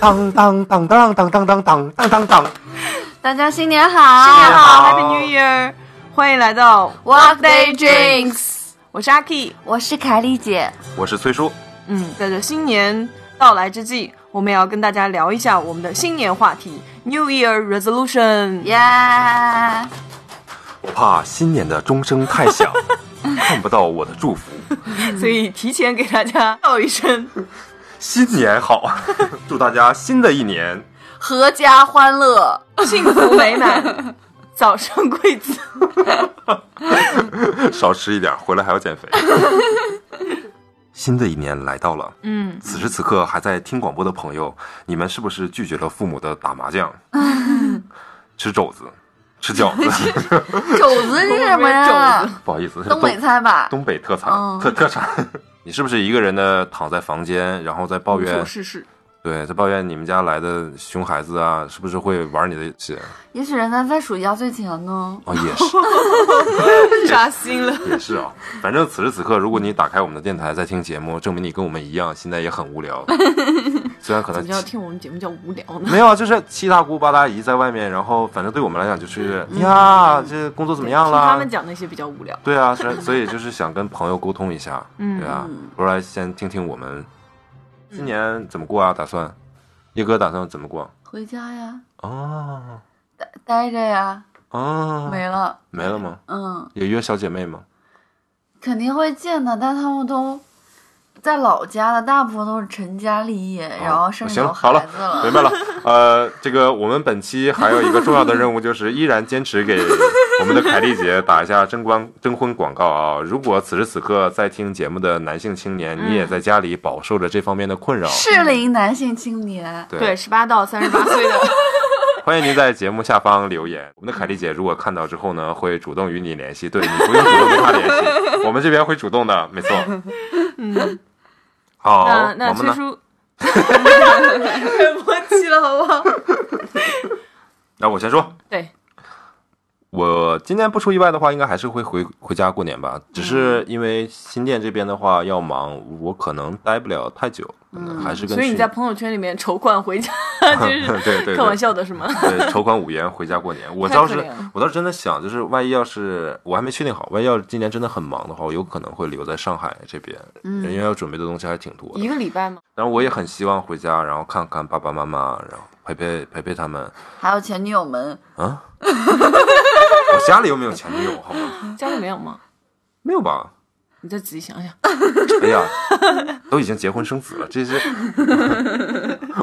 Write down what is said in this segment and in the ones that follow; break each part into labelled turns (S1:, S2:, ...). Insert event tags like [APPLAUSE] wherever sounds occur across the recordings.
S1: 当当当当当当当当当当当。
S2: 大家新年好，
S3: 新年好
S1: 好
S3: ，Happy New Year！欢迎来到
S2: Workday Drinks，
S3: 我是阿 K。
S2: 我是凯丽姐，
S4: 我是崔叔，
S3: 嗯，在这新年到来之际，我们也要跟大家聊一下我们的新年话题 New Year Resolution。
S2: 耶、
S4: 我怕新年的钟声太
S2: [LAUGHS]
S4: 响，看不到我的祝福。
S3: 所以提前给大家道一声
S4: 新年好， [LAUGHS] 祝大家新的一年
S2: 阖家欢乐， [LAUGHS]
S3: 幸福美满，早生贵子。
S4: 少吃一点，回来还要
S2: [LAUGHS]
S4: 减肥。新的一年来到了，
S3: 嗯，
S4: 此时此刻还在听广播的朋友，你们是不是拒绝了父母的打
S2: [LAUGHS]
S4: 麻将、吃肘子、吃饺
S2: [LAUGHS]
S4: 子？
S2: 肘子是什么
S3: 肘
S2: 呀？
S4: 不好意思，是
S2: [LAUGHS] 东北菜吧？
S4: 东北特产、
S2: 哦
S4: 特特产。 [LAUGHS] 你是不是一个人呢？躺在房间，然后在抱
S3: 无
S4: 怨
S3: 所，事事，
S4: 对，在抱怨你们家来的熊孩子啊，是不是会玩你的
S3: [LAUGHS]
S4: 血？
S2: 也许人家在数压岁钱呢。
S4: 哦，也是，
S3: 扎心了。
S4: 也是啊，反正此时此刻，如果你打开我们的电台在听节目，证明你跟我们一样，现在也很
S3: [LAUGHS]
S4: 无聊。虽然可
S3: 怎
S4: 能
S3: 么叫听我们节目叫无聊呢？
S4: 没有啊，就是七大姑八大姨在外面，然后反正对我们来讲就是、呀，这工作怎么样
S3: 嗯听他
S4: 啦
S3: 们？讲那些比较无聊。
S4: 对啊，所以所以就是想跟朋友沟通
S3: [LAUGHS]
S4: 一下，
S3: 嗯
S4: 对啊，不如来先听听我们今年怎么过啊？打算叶哥打算怎么过？
S2: 回家呀，
S4: 哦
S2: 待待着呀，
S4: 哦，
S2: 没了。
S4: 没了吗？
S2: 嗯，
S4: 有约小姐妹吗？
S2: 肯定会见的，但他们都在老家的，大部分都是成家立业，然后甚至
S4: 行
S2: 有
S4: 了，好
S2: 孩
S4: 了
S2: 子，哦了。
S4: 明白了。呃，这个我们本期还有一个重要的任务，就是依然坚持给我们的凯丽姐打一下征光征婚广告啊！如果此时此刻在听节目的男性青年，
S3: 嗯
S4: 你也在家里饱受着这方面的困扰，
S2: 适龄男性青年，
S4: 对，
S3: 对，十八到三十八岁的，
S4: 欢迎您在节目下方留言。我们的凯丽姐如果看到之后呢，会主动与你联系。对你不用主动跟她联系，我们这边会主动的，没错。
S3: [LAUGHS] 嗯，
S4: 好，
S3: 那那
S4: 我们
S3: 崔
S4: 呢？
S3: 叔， [LAUGHS] 太默契了，好不好？
S4: 那我先说，
S3: 对，
S4: 我今年不出意外的话，应该还是会回回家过年吧。只是因
S3: 嗯
S4: 为新店这边的话要忙，我可能待不了太久，可能还是跟
S3: 嗯所以
S4: 去
S3: 你
S4: [LAUGHS]
S3: 在朋友圈里面筹款回家， [LAUGHS] 就是
S4: 对对
S3: 开玩
S4: 对
S3: 笑的是吗？
S4: 对筹款五元回家过年。我
S3: 太
S4: 倒
S3: 可
S4: 是
S3: 怜了
S4: 我倒是真的想，就是万一要是我还没确定好，万一要是今年真的很忙的话，我有可能会留在上海这边，
S3: 嗯
S4: 因为要准备的东西还是挺多的。
S3: 一个礼拜吗？
S4: 然后我也很希望回家，然后看看爸爸妈妈，然后陪陪陪陪他们。
S2: 还有前女友们，
S4: 啊，我家里又没有前女友，好吗？
S3: 家里没有吗？
S4: 没有吧？
S3: 你再仔细想想，
S4: [LAUGHS] 哎呀，都已经结婚生子了，这些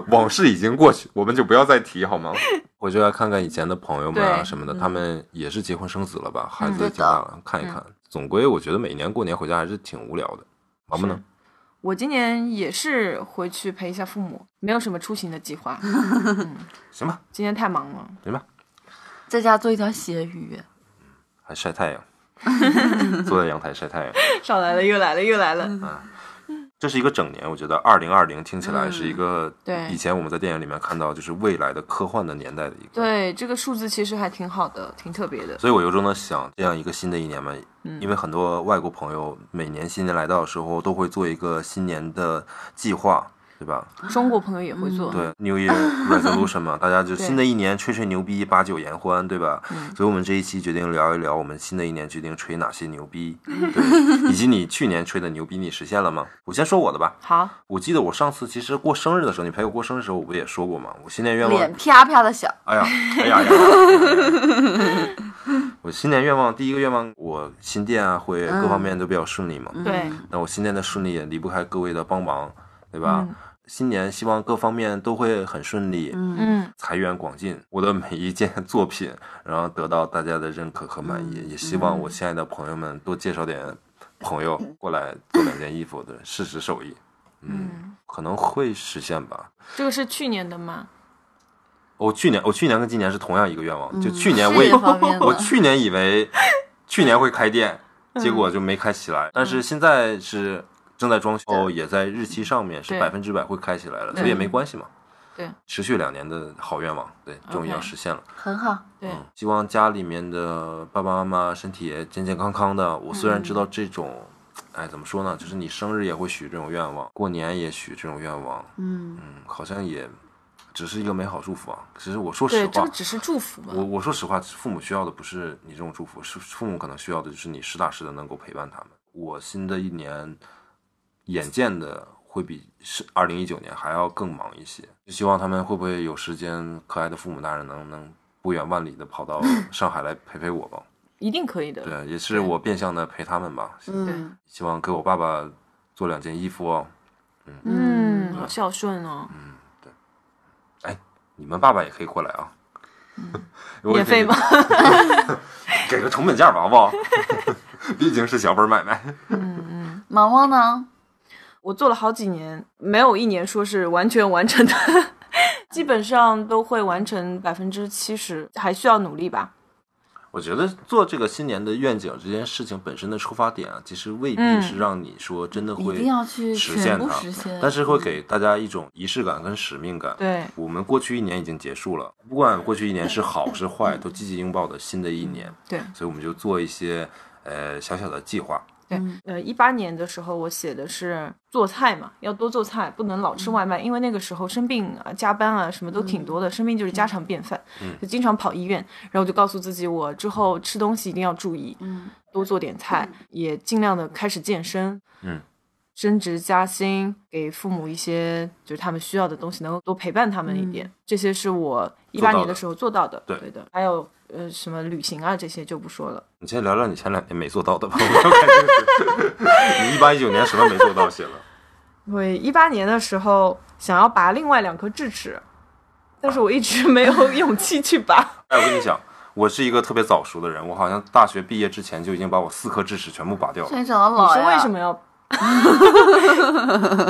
S4: 往事已经过去，我们就不要再提好吗？ [LAUGHS] 回去来看看以前的朋友们啊
S3: 对嗯
S4: 什么的，他们也是结婚生子了吧？孩子
S2: 对
S4: 也挺大了，看一看。
S3: 嗯
S4: 总归我觉得每年过年回家还是挺无聊的，忙不呢？
S3: 我今年也是回去陪一下父母，没有什么出行的计划。
S4: 行吧，
S3: 今年太忙了， [LAUGHS]
S4: 行吧，
S2: 在家做一条咸鱼，
S4: 还晒太阳，坐在阳台晒太阳。
S3: 少来了又来了又来了。
S4: 这是一个整年，我觉得二零二零听起来是一个
S3: 嗯对
S4: 以前我们在电影里面看到就是未来的科幻的年代的一个。
S3: 对，这个数字其实还挺好的，挺特别的。
S4: 所以我由衷的想，这样一个新的一年嘛，因为很多外国朋友每年新年来到的时候，都会做一个新年的计划，对吧？
S3: 中国朋友也会做，
S4: 嗯对，New Year Resolution 嘛， [LAUGHS] 大家就新的一年吹吹牛逼，把酒言欢，对吧？所以我们这一期决定聊一聊，我们新的一年决定吹哪些牛逼，对，以及你去年吹的牛逼，你实现了吗？我先说我的吧。
S3: 好，
S4: 我记得我上次其实过生日的时候，你陪我过生日的时候，我不也说过吗？我新年愿望
S2: 脸啪啪的响。 [LAUGHS]
S4: 哎呀，哎呀，哎呀哎呀！我新年愿望第一个愿望，我新店啊会各方面都比较顺利嘛。
S3: 对，
S4: 那我新店的顺利也离不开各位的帮忙，对吧？新年希望各方面都会很顺利，
S3: 嗯，
S4: 财源广进。我的每一件作品，然后得到大家的认可和满意。也希望我亲爱的朋友们多介绍点朋友过来做两件衣服的试试手艺。嗯，可能会实现吧。
S3: 这个是去年的吗？
S4: 我去年，我哦去年跟今年是同样一个愿望，就去年我
S2: 事
S4: 也
S2: 业方 [LAUGHS]
S3: 嗯
S2: 面的
S4: 我去年以为去年会开店，结果就没开起来。但
S3: 嗯
S4: 是现在是正在装修，也在日期上面是
S3: 对
S4: 百分之百会开起来了，所以也没关系嘛。
S3: 对，
S4: 持续两年的好愿望，对，终于要实现了。
S2: 很好，
S3: 对，
S4: 嗯，希望家里面的爸爸妈妈身体也健健康康的。我虽然知
S3: 嗯
S4: 道这种，哎，怎么说呢，就是你生日也会许这种愿望，过年也许这种愿望，
S2: 嗯，
S4: 嗯，好像也只是一个美好祝福啊。其实我说实
S3: 对，这
S4: 话
S3: 个，只是祝福
S4: 我
S3: 嘛。
S4: 我说实话，父母需要的不是你这种祝福，是父母可能需要的就是你实打实的能够陪伴他们。我新的一年，眼见的会比是二零一九年还要更忙一些，就希望他们会不会有时间，可爱的父母大人能能不远万里的跑到上海来陪陪我吧。
S3: 一定可以的。
S4: 对，也是我变相的陪他们吧。
S2: 嗯
S4: 希望给我爸爸做两件衣服哦。
S3: 嗯，好孝顺哦，
S4: 哎，你们爸爸也可以过来啊。
S3: 嗯
S4: 我
S3: 免
S4: 也可
S3: 费
S4: 以
S3: 吗？
S4: [LAUGHS] 给个成本价吧，好不 [LAUGHS] 好？毕竟是小本买卖。
S2: 毛毛呢？
S3: 我做了好几年，没有一年说是完全完成的， [LAUGHS] 基本上都会完成百分之七十，还需要努力吧。
S4: 我觉得做这个新年的愿景这件事情本身的出发点啊，其实未必是让你说真的
S3: 嗯
S2: 一
S4: 会
S2: 定要去
S4: 实现
S2: 全部
S4: 它，
S2: 实现。
S4: 但是会给大家一种仪式感跟使命感。
S3: 对，
S4: 我们过去一年已经结束了，不管过去一年是好是坏，都积极拥抱的新的一年。
S3: 对，
S4: 所以我们就做一些呃小小的计划。
S3: 对，呃，一八年的时候我写的是做菜嘛，要多做菜，不能老吃外卖，
S4: 嗯
S3: 因为那个时候生病啊、加班啊什么都挺多的，生病就是家常便饭，
S4: 嗯
S3: 就经常跑医院。然后我就告诉自己，我之后吃东西一定要注意，
S2: 嗯
S3: 多做点菜，也尽量的开始健身，
S4: 嗯，
S3: 升职加薪，给父母一些就是他们需要的东西，能够多陪伴他们一点，这些是我一
S4: 嗯做
S3: 八
S4: 到
S3: 年
S4: 的
S3: 的时候做到的，
S4: 对
S3: 对的。还有呃什么旅行啊这些就不说了。
S4: 你先聊聊你前两年没做到的吧， [LAUGHS] 我感觉是 [LAUGHS] 你一八一九年什么没做到写了？
S3: 因为一八年的时候想要拔另外两颗智齿，但是我一直没有勇气去 [LAUGHS] 拔。
S4: 哎，我跟你讲，我是一个特别早熟的人，我好像大学毕业之前就已经把我四颗智齿全部拔掉了。
S2: 所以找到
S3: 你
S2: 老
S3: 是
S2: 呀？
S3: 为什么 [LAUGHS] 要？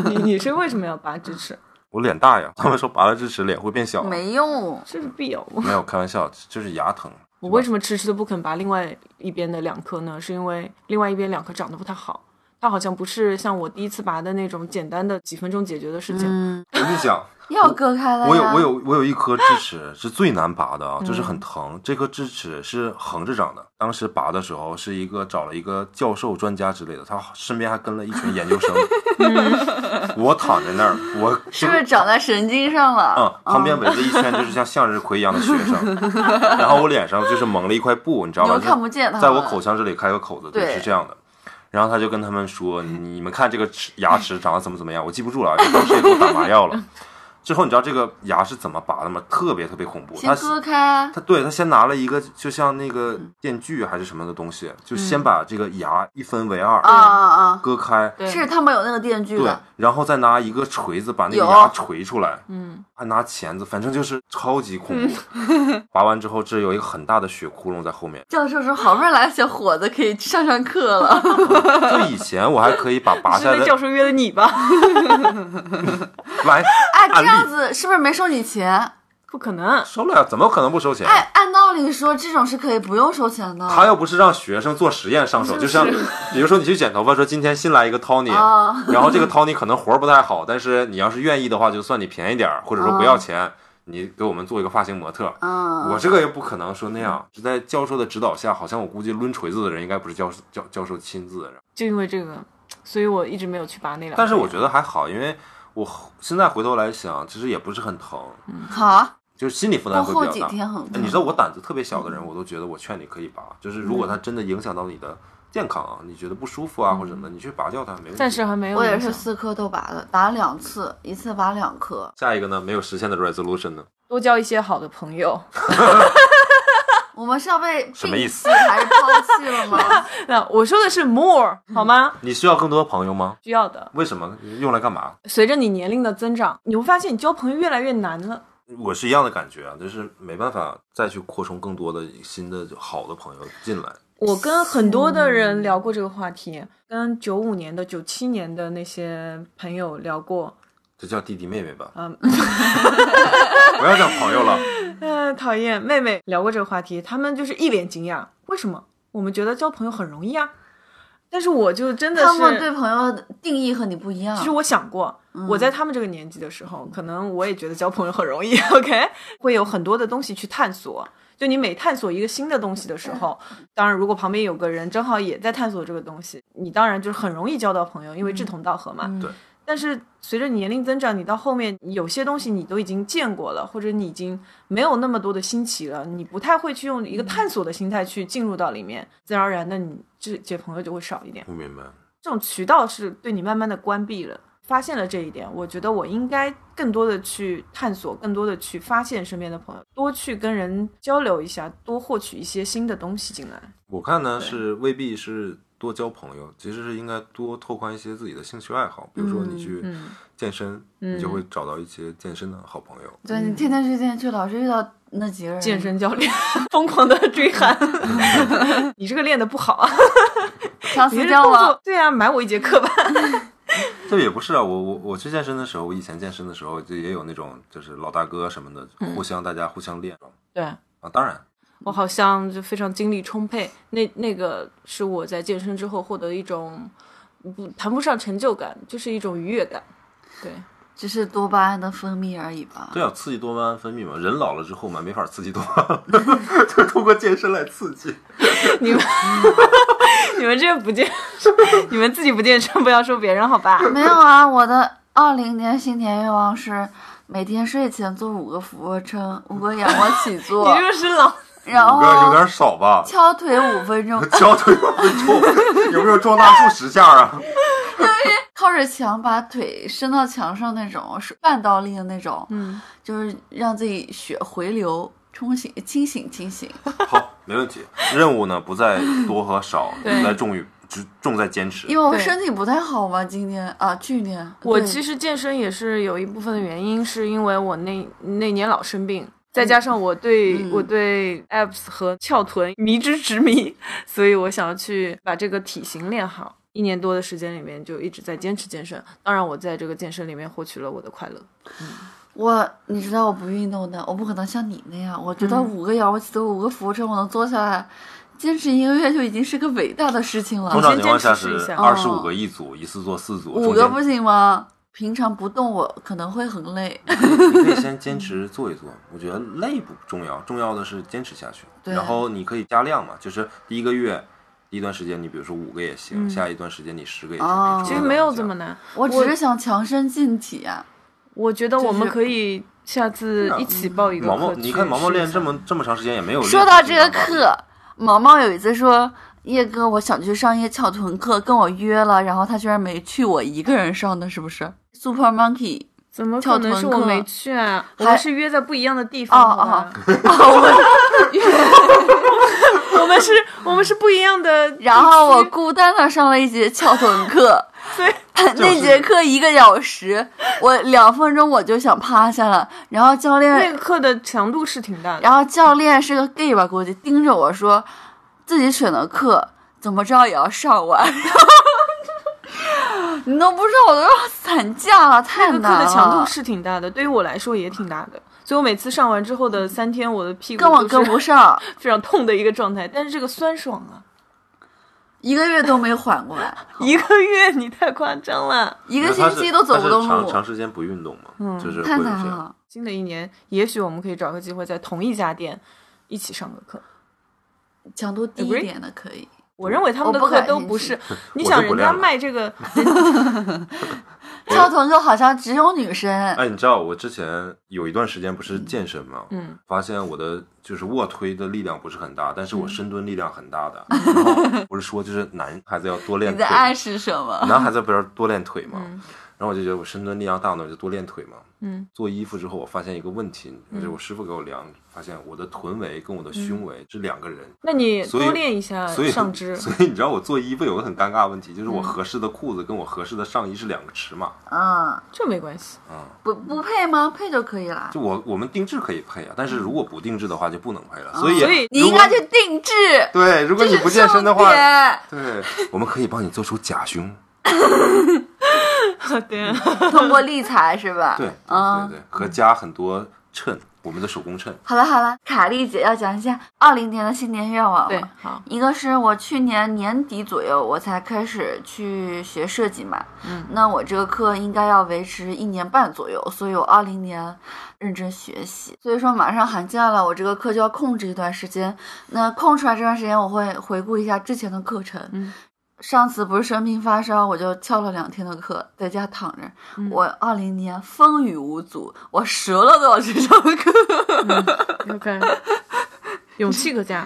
S3: 你你是为什么要拔智齿？
S4: 我脸大呀，他们说拔了智齿脸会变小，
S2: 没用？
S3: 这是必有。
S4: 没有开玩笑，就是牙疼。
S3: 我为什么迟迟都不肯拔另外一边的两颗呢？是因为另外一边两颗长得不太好，它好像不是像我第一次拔的那种简单的几分钟解决的事情。
S2: 嗯，
S4: 我跟你讲，
S2: 要割开了呀。
S4: 我有我有我有一颗智齿是最难拔的啊，就是很疼。这颗智齿是横着长的，当时拔的时候是一个找了一个教授、专家之类的，他身边还跟了一群研究
S2: [LAUGHS]
S4: 生。我躺在那儿，我
S2: 是不是长在神经上了？
S4: 嗯，旁边围着一圈
S2: [LAUGHS]
S4: 就是像向日葵一样的学生，然后我脸上就是蒙了一块布，你知道
S2: 你
S4: 吗？
S2: 又看不见他们
S4: 在我口腔这里开个口子，
S2: 对
S4: 是这样的。然后他就跟他们说：“你们看这个齿牙齿长得怎么怎么样？”我记不住了啊，就当时也给我打麻
S2: [LAUGHS]
S4: 药了。之后你知道这个牙是怎么拔的吗？特别特别恐怖。他
S2: 先割开，
S4: 他对他先拿了一个就像那个电锯还是什么的东西，就先把这个牙一分为二
S2: 嗯啊啊
S4: 割开，
S2: 啊！
S3: 对
S2: 是他们有那个电锯
S4: 对
S2: 的，，
S4: 然后再拿一个锤子把那个
S2: 有。
S4: 牙锤出来，
S3: 嗯，
S4: 还拿钳子，反正就是超级恐怖。 [LAUGHS] 拔完之后，这有一个很大的血窟窿在后面
S2: 教授说：“好不容易来个小伙子，可以上上课
S4: [LAUGHS]
S2: 了。
S4: 就以前我还可以把
S3: [LAUGHS]
S4: 拔
S3: 是
S4: 下来
S3: 那教
S4: 的
S3: 授约的你吧？ [LAUGHS]
S4: 来
S2: 哎，这
S4: 案
S2: 样
S4: 例
S2: 子是不是没收你钱？
S3: 不可能，
S4: [LAUGHS] 收了呀，怎么可能不收钱？
S2: 哎，按道理说这种是可以不用收钱的。
S4: 他又不是让学生做实验上手，就像比如说你去剪头发，说今天新来一个 Tony，
S2: 啊
S4: 然后这个 Tony 可能活儿不太好，但是你要是愿意的话，就算你便宜点儿，或者说不要钱，你给我们做一个发型模特。
S2: 嗯，
S4: 我这个也不可能说那样，是在教授的指导下，好像我估计抡锤子的人应该不是教授教教授亲自。
S3: 就因为这个，所以我一直没有去拔那两颗。
S4: 但是我觉得还好，因为我后现在回头来想，其实也不是很疼，
S2: 好，
S4: 就是心理负
S2: 嗯过
S4: 担会
S2: 后
S4: 比
S2: 几
S4: 较大。
S2: 天嗯很
S4: 哎你知道我胆子特别小的人，我都觉得我劝你可以拔，就是如
S2: 嗯
S4: 果它真的影响到你的健康啊，你觉得不舒服啊或者什么的，
S2: 嗯
S4: 你去拔掉它没问题。
S3: 暂时还没有
S2: 我也
S3: 影
S2: 是
S3: 响。
S2: 四颗都拔了，拔了两次，一次拔两颗。
S4: 下一个呢，没有实现的 resolution 呢，
S3: 多交一些好的朋友。
S2: 我们是要被
S4: 什么意
S2: 思？还是抛弃了
S3: [LAUGHS]
S2: 吗？
S3: 那我说的是 more 好吗？
S4: 你需要更多朋友吗？
S3: 需要的。
S4: 为什么用来干嘛？
S3: 随着你年龄的增长，你会发现你交朋友越来越难了。
S4: 我是一样的感觉啊，就是没办法再去扩充更多的新的好的朋友进来。
S3: 我跟很多的人聊过这个话题，跟九五年的、九七年的那些朋友聊过，
S4: 就叫弟弟妹妹吧。
S3: 嗯 [LAUGHS]
S4: 不要讲朋友了。
S3: 呃，讨厌妹妹聊过这个话题，他们就是一脸惊讶，为什么？我们觉得交朋友很容易啊，但是我就真的是
S2: 他们对朋友的定义和你不一样
S3: 其。实我想过，我在他们这个年纪的时候，可能我也觉得交朋友很容易 [LAUGHS] ，OK，会有很多的东西去探索。就你每探索一个新的东西的时候，当然如果旁边有个人正好也在探索这个东西，你当然就是很容易交到朋友，因为志同道合嘛。
S4: 对
S3: 但是随着你年龄增长，你到后面有些东西你都已经见过了，或者你已经没有那么多的新奇了，你不太会去用一个探索的心态去进入到里面，自然而然的你这这朋友就会少一点。
S4: 我明白。
S3: 这种渠道是对你慢慢的关闭了。发现了这一点，我觉得我应该更多的去探索，更多的去发现身边的朋友，多去跟人交流一下，多获取一些新的东西进来。
S4: 我看呢
S3: 对
S4: 是未必是多交朋友，其实是应该多拓宽一些自己的兴趣爱好。比如说你去
S3: 嗯，
S4: 健身，
S3: 嗯
S4: 你就会找到一些健身的好朋友。
S2: 对你天天去健身去，老是遇到那几个人
S3: 健身教练疯狂的追喊， [LAUGHS] 你这个练的不好啊，
S2: 相
S3: 你
S2: 思
S3: 这
S2: 教
S3: 动
S2: 吗？
S3: 作对啊，买我一节课吧。
S4: 这也不是啊，我我我去健身的时候，我以前健身的时候就也有那种就是老大哥什么的，
S3: 嗯
S4: 互相大家互相练
S3: [LAUGHS] 对
S4: 啊。当然，
S3: 我好像就非常精力充沛，那那个是我在健身之后获得一种不谈不上成就感，就是一种愉悦感。对，
S2: 只是多巴胺的分泌而已吧。
S4: 对啊，刺激多巴胺分泌嘛，人老了之后嘛，没法刺激多巴胺了， [LAUGHS] 就通过健身来刺激。
S3: 你 [LAUGHS] 们你们这不健身，你们自己不健身，不要说别人好吧？
S2: 没有啊，我的二零年新年愿望是每天睡前做五个俯卧撑，五个仰卧起
S3: 你
S2: 坐
S3: 这，个是老
S2: 然
S3: 哦
S4: 五个有
S2: 后
S4: 点少吧？
S2: 敲腿五分
S4: [LAUGHS]
S2: 钟，
S4: 小腿往回冲，有没有撞大树十下啊？
S2: 靠着墙把腿伸到墙上那种，是半倒立的那种，
S3: 嗯，
S2: 就是让自己血回流，冲醒、清醒、清
S3: [LAUGHS]
S2: 醒。
S4: 好，没问题。任务呢不在多和少，
S3: 对
S4: 只在重于只重在坚持
S2: 因。为我
S3: 对
S2: 身体不太好嘛，今年啊，去年
S3: [LAUGHS] 我
S2: 对
S3: 其实健身也是有一部分的原因，是因为我那那年老生病，再加上我对、
S2: 嗯
S3: 我对 abs 和翘臀迷之执迷， [LAUGHS] 所以我想要去把这个体型练好。一年多的时间里面，就一直在坚持健身。当然，我在这个健身里面获取了我的快乐。
S2: 我你知道我不运动的，我不可能像你那样。我觉得
S3: 嗯
S2: 五个仰卧起坐、五个俯卧撑，我能做下来，坚持一个月就已经是个伟大的事情了
S4: 通。常情况下
S3: 你先坚
S4: 是
S3: 持一下哦
S4: 二十五个一组，一次做四组，
S2: 五
S4: 中
S2: 个
S4: 间
S2: 不行吗？平常不动我可能会很累。
S4: 你可以先坚持做一做，我觉得累不重要，重要的是坚持下去。
S2: 对
S4: 然后你可以加量嘛，就是第一个月。第一段时间你比如说五个也行，下一段时间你十个也行，
S2: 嗯哦
S4: 你
S3: 其
S4: 中
S3: 实
S4: 间
S3: 没
S4: 量
S3: 有
S4: 一
S3: 这
S4: 下
S3: 么难，
S2: 我只是想强身健体啊。
S3: 我觉得我们
S2: 就是
S3: 可以下次一起报一个
S4: 毛
S3: 课。
S4: 毛，你看毛毛练这。么这么长时间也没有练。
S2: 说到这个，课，毛毛有一次说：“叶哥，我想去上一些翘臀课，跟我约了，然后他居然没去，我一个人上的，是不是？”Super Monkey，
S3: 怎么
S2: 跳
S3: 可能
S2: 臀
S3: 是我
S2: 课
S3: 没去啊？我
S2: 还
S3: 们是约在不一样的地方。
S2: 哦
S3: 好吧
S2: 哦
S3: [LAUGHS] 我们是，我们是不一样的地区。
S2: 然后我孤单的上了一节翘臀课， [LAUGHS]
S3: 对，
S2: 那节课一个小时，我两分钟我就想趴下了，然后教练
S3: 那个课的强度是挺大的。
S2: 然后教练是个 gay 吧，估计盯着我说，自己选的课怎么着也要上完。 [LAUGHS] 你都不知道我都要散架了，太
S3: 那个
S2: 难
S3: 课
S2: 了。
S3: 的强度是挺大的，对于我来说也挺大的，所以我每次上完之后的三天，我的屁股
S2: 根本
S3: 都
S2: 跟
S3: 是
S2: 不上，
S3: 非常痛的一个状态。但是这个酸爽啊，
S2: 一个月都没缓过
S4: [LAUGHS]
S2: 来，
S3: 一个月你太夸张了。
S2: 一个星期都走不动
S4: 他是长
S2: 路，
S4: 长时间不运动嘛，就是会
S2: 太
S4: 有这
S2: 难
S4: 样。
S2: 了。
S3: 新的一年，也许我们可以找个机会在同一家店一起上个课。
S2: 强度低一点的可以，
S3: 我认为他们的
S2: 我不
S3: 课
S2: 感
S3: 都
S2: 兴
S3: 不
S2: 趣 [LAUGHS]
S3: 是，你
S4: 我
S3: 想
S4: 就不
S3: 人
S4: 练
S3: 家
S4: 了
S3: 卖这个，
S4: [LAUGHS]
S2: 跳臀课好像只有女生，
S4: 哎，你知道我之前有一段时间不是健身嘛，嗯，发现我的就是卧推的力量不是很大，但是
S2: 嗯
S4: 我深蹲力量很
S2: [LAUGHS]
S4: 大的。然后不是说就是男孩子要多练
S2: 你
S4: 腿
S2: 在
S4: 嘛，
S2: 暗示什么？
S4: 男孩子不是多练腿嘛，然后我就觉得我深蹲力量大呢，我就多练腿嘛。嗯，做衣服之后，我发现一个问题，就是我师傅给我量，发现我的臀围跟我的胸围是两个人，
S3: 那你
S4: 所以
S3: 多练一下
S4: 所以
S3: 呃上
S4: [LAUGHS]
S3: 肢。
S4: 所以你知道我做衣服有个很尴尬的问题，就是我合适的裤子跟我合适的上衣是两个尺码。
S2: 嗯，
S3: 这没关系，
S2: 不不配吗？配就可以了。
S4: 就我我们定制可以配啊，但是如果不定制的话就不能配了。所以
S3: 所以
S2: 你
S4: 如
S2: 应
S4: 果
S2: 该去定制。
S4: 对，如果你不健身的
S2: 重
S4: 话，
S2: 点
S4: 对，我们可以帮你做出假胸。
S3: 对啊，
S2: 通过理财是吧？
S4: 对，对
S2: 嗯
S4: 对对，和加很多衬，我们的手工衬。
S2: 好了好了，凯丽姐要讲一下二零年的新年愿望了啊
S3: 嗯对，好，
S2: 一个是我去年年底左右我才开始去学设计嘛，嗯，那我这个课应该要维持一年半左右，所以我二零年认真学习，所以说马上寒假了，我这个课就要空置一段时间。那空出来这段时间，我会回顾一下之前的课程，嗯，上次不是生病发烧，我就翘了两天的课，在家躺着。我二零年风雨无阻，我折了都要去上课。
S3: [LAUGHS] OK，勇气可嘉。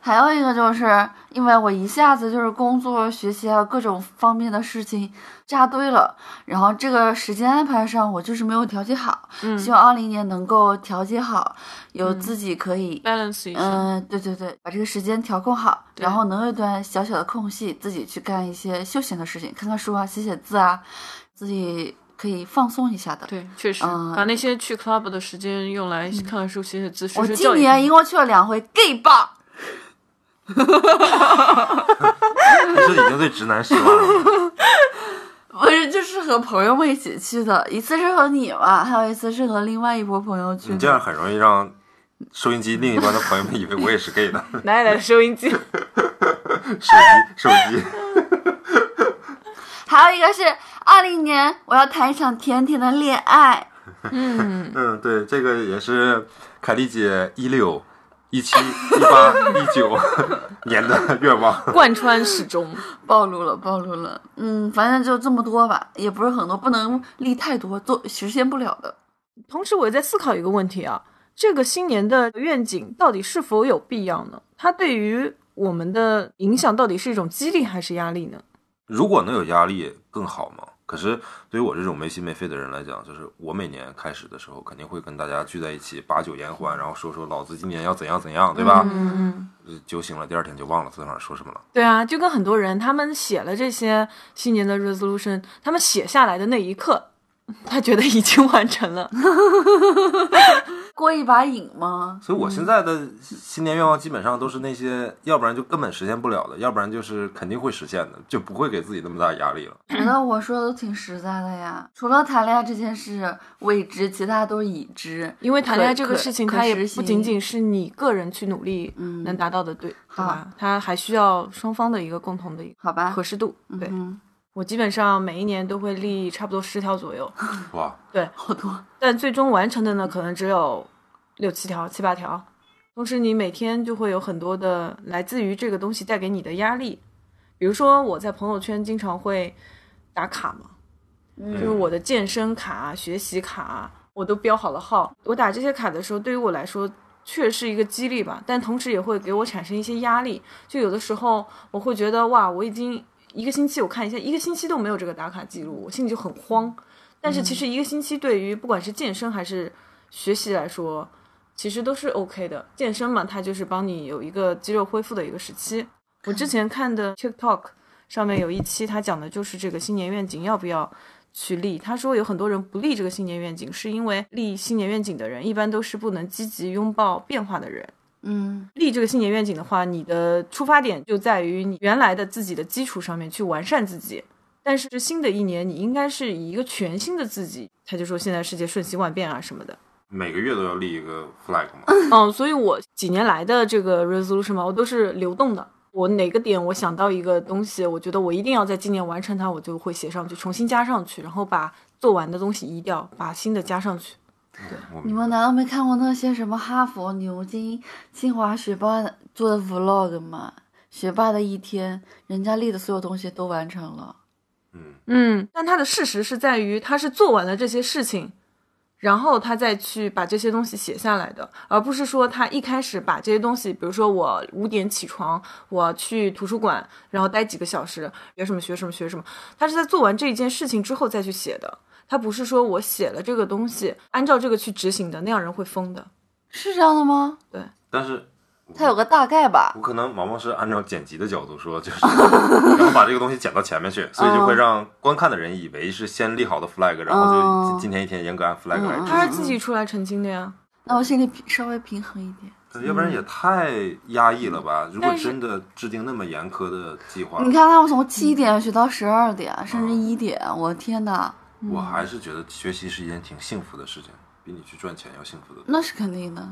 S2: 还有一个就是因为我一下子就是工作、学习啊各种方面的事情扎堆了，然后这个时间安排上我就是没有调节好。
S3: 嗯
S2: 希望二零年能够调节好，有自己可以。
S3: balance 一下，
S2: 嗯，对对对，把这个时间调控好，
S3: 对
S2: 然后能有一段小小的空隙，自己去干一些休闲的事情，看看书啊，写写字啊，自己可以放松一下的。
S3: 对，确实
S2: 嗯
S3: 把那些去 club 的时间用来看看书、写写字、睡
S2: 我
S3: 睡
S2: 今
S3: 觉。
S2: 年一共去了两回 gay bar，
S4: 你是已经对直男失望了。
S2: 不是，就是和朋友们一起去的，一次是和你嘛，还有一次是和另外一波朋友去的。
S4: 嗯你这样很容易让收音机另一端的朋友们以为我也是 gay 的。
S3: 来来，收音机，
S4: 手机，手机，
S2: 还有一个是二零年，我要谈一场甜甜的恋爱。
S3: 嗯，
S4: 嗯，对，这个也是凯丽姐一六、一七、一八、一九 [LAUGHS] 年的愿望。
S3: 贯穿始终。
S2: 暴露了，暴露了。嗯，反正就这么多吧，也不是很多，不能立太多，做实现不了的。
S3: [LAUGHS] 同时，我也在思考一个问题啊：这个新年的愿景到底是否有必要呢？它对于我们的影响到底是一种激励还是压力呢？
S4: 如果能有压力更好嘛。可是对于我这种没心没肺的人来讲，就是我每年开始的时候肯定会跟大家聚在一起把酒言欢，然后说说老子今年要怎样怎样，对吧？
S3: 嗯，
S4: 呃酒醒了，第二天就忘了昨天晚上说什么了。
S3: 对啊，就跟很多人他们写了这些新年的 resolution，他们写下来的那一刻，他觉得已经完
S2: [LAUGHS]
S3: 成了。
S2: 过一把瘾吗？
S4: 所以我
S3: 嗯
S4: 现在的新年愿望基本上都是那些，要不然就根本实现不了的，要不然就是肯定会实现的，就不会给自己那么大压力了。
S2: 觉得我说的都挺实在的呀。除了谈恋爱这件事未知，其他都是已知。
S3: 因为谈恋爱
S2: 可
S3: 这个事情，
S2: 可
S3: 它也
S2: 可实行
S3: 不仅仅是你个人去努力
S2: 嗯
S3: 能达到的，对对
S2: 好啊
S3: 吧？它还需要双方的一个共同的一个
S2: 好吧
S3: 合适度。对
S2: 嗯，
S3: 我基本上每一年都会立差不多十条左右，
S4: 哇，
S2: 好多。
S3: 但最终完成的呢，可能只有六七条、七八条。同时，你每天就会有很多的来自于这个东西带给你的压力。比如说，我在朋友圈经常会打卡嘛，就是
S2: 嗯
S3: 我的健身卡、啊学习卡，我都标好了号。我打这些卡的时候，对于我来说，确是一个激励吧，但同时也会给我产生一些压力。就有的时候，我会觉得哇，我已经一个星期，我看一下，一个星期都没有这个打卡记录，我心里就很慌。但是其实一个星期对于不管是健身还是学习来说，其实都是 OK 的。健身嘛，它就是帮你有一个肌肉恢复的一个时期。我之前看的 TikTok 上面有一期，他讲的就是这个新年愿景要不要去立。他说有很多人不立这个新年愿景，是因为立新年愿景的人一般都是不能积极拥抱变化的人。
S2: 嗯
S3: 立这个新年愿景的话，你的出发点就在于你原来的自己的基础上面去完善自己。但是新的一年，你应该是以一个全新的自己。他就说现在世界瞬息万变啊什么的。
S4: 每个月都要立一个 flag 嘛。
S3: [LAUGHS] 嗯，所以我几年来的这个 resolution 嘛，我都是流动的。我哪个点我想到一个东西，我觉得我一定要在今年完成它，我就会写上去，重新加上去，然后把做完的东西移掉，把新的加上去。
S4: 我
S2: 你们难道没看过那些什么哈佛、牛津、清华学霸做的 vlog 吗？学霸的一天，人家立的所有东西都完成了。
S4: 嗯，
S3: 嗯，但它的事实是在于，他是做完了这些事情，然后他再去把这些东西写下来的，而不是说他一开始把这些东西，比如说我五点起床，我去图书馆，然后待几个小时，学什么学什么学什么，他是在做完这一件事情之后再去写的。他不是说我写了这个东西，按照这个去执行的，那样人会疯的。
S2: 是这样的吗？
S4: 但是
S2: 它有个大概吧。
S4: 我可能毛毛是按照剪辑的角度说，就是 [LAUGHS] 然后把这个东西剪到前面去，所以
S3: 嗯
S4: 就会让观看的人以为是先立好的 flag，然后
S3: 嗯
S4: 就
S2: 哦
S4: 今今天一天严格按 flag 来
S2: 嗯嗯
S4: 执
S3: 他
S4: 行
S3: 是自己出来澄清的呀。
S2: 那我心里平稍微平衡一点。
S4: 对要不然也太压抑了吧？如果
S3: 但是
S4: 真的制定那么严苛的计划，
S2: 你看他们从七点学到十二点，
S4: 嗯
S2: 甚至一点，我的天呐，
S4: 我还是觉得学习是一件挺幸福的事情，比你去赚钱要幸福的多。
S2: 那是肯定的。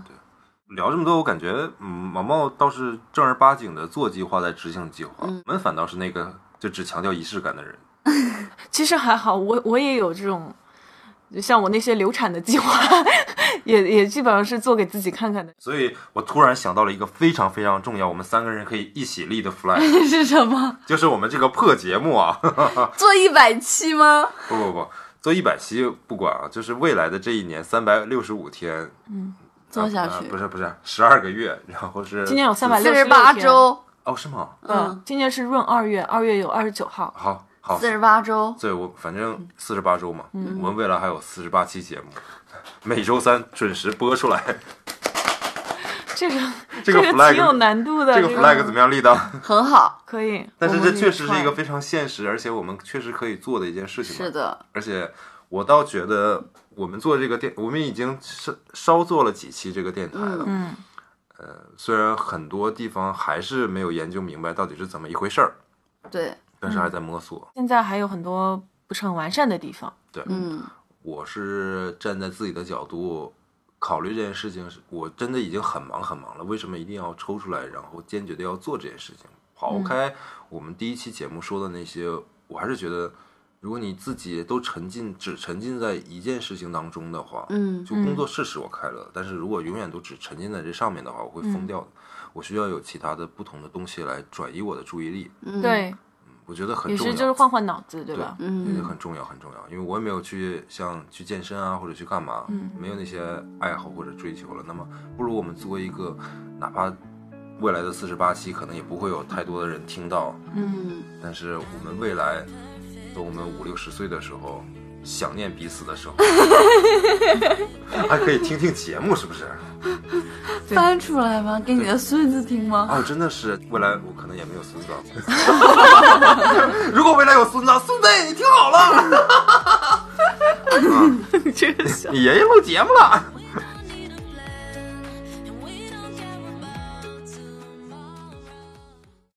S4: 聊这么多，我感觉，嗯，毛毛倒是正儿八经的做计划在执行计划，
S2: 嗯
S4: 我们反倒是那个就只强调仪式感的人。
S3: 其实还好，我我也有这种就像我那些流产的计划， [LAUGHS] 也也基本上是做给自己看看的。
S4: 所以我突然想到了一个非常非常重要，我们三个人可以一起立的 flag， [LAUGHS]
S2: [LAUGHS] 是什么？
S4: 就是我们这个破节目啊， [LAUGHS]
S2: 做一百期吗？
S4: 不不不，做一百期不管啊，就是未来的这一年三百六十五天
S2: 做下
S4: 啊
S2: 去，
S4: 不是不是十二个月，然后是
S3: 今年有360
S2: 四十八周，
S4: 哦是吗？
S2: 嗯，
S3: 今年是闰二月，二月有二十九号，
S4: 好好
S2: 四，十八周，
S4: 对我反正四十八周嘛，我们未来还有四十八期节目， [LAUGHS] 每周三准时播出来。
S3: 这个
S4: [LAUGHS] 这个
S3: 挺有
S4: flag
S3: 难度的。
S4: 这个 flag 怎么样立的？
S2: 很好，
S3: 可以？
S4: 但是
S3: 我
S4: 这
S3: 们
S4: 确实是
S3: 串
S4: 一个非常现实，而且我们确实可以做的一件事情。
S2: 是，的，
S4: 而且我倒觉得我们做这个电，我们已经稍稍做了几期这个电台了。
S3: 嗯
S4: 呃，虽然很多地方还是没有研究明白到底是怎么一回事儿，
S2: 对，
S4: 但是还在摸索。
S3: 现在还有很多不是很完善的地方。
S4: 对，
S2: 嗯，
S4: 我是站在自己的角度考虑这件事情，是我真的已经很忙很忙了，为什么一定要抽出来，然后坚决的要做这件事情？
S3: 嗯
S4: 刨开我们第一期节目说的那些，我还是觉得，如果你自己都沉浸只沉浸在一件事情当中的话，
S2: 嗯
S4: 就工作是使我快乐，但是如果永远都只沉浸在这上面的话，我
S3: 嗯
S4: 会疯掉的。我需要有其他的不同的东西来转移我的注意力，
S2: 嗯，
S3: 对，
S4: 我觉得很
S3: 也
S4: 重
S3: 是
S4: 要。
S3: 就是换换脑子，对吧？
S4: 也
S2: 嗯，
S4: 很重要，很重要。因为我也没有去像去健身啊，或者去干嘛，
S2: 嗯
S4: 没有那些爱好或者追求了。那么，不如我们做一个，哪怕未来的四十八期可能也不会有太多的人听到，
S2: 嗯，
S4: 但是我们未来，等我们五六十岁的时候，想念彼此
S2: [LAUGHS]
S4: 的时候，还可以听听节目，是不是？
S3: 对
S2: 翻出来吗？给你的孙子听吗？
S4: 哦，真的是，未来我可能也没有孙子。 [LAUGHS] 如果未来有孙子，孙子你听好了， [LAUGHS]
S3: 这个小 [LAUGHS]
S4: 你爷爷录节目了。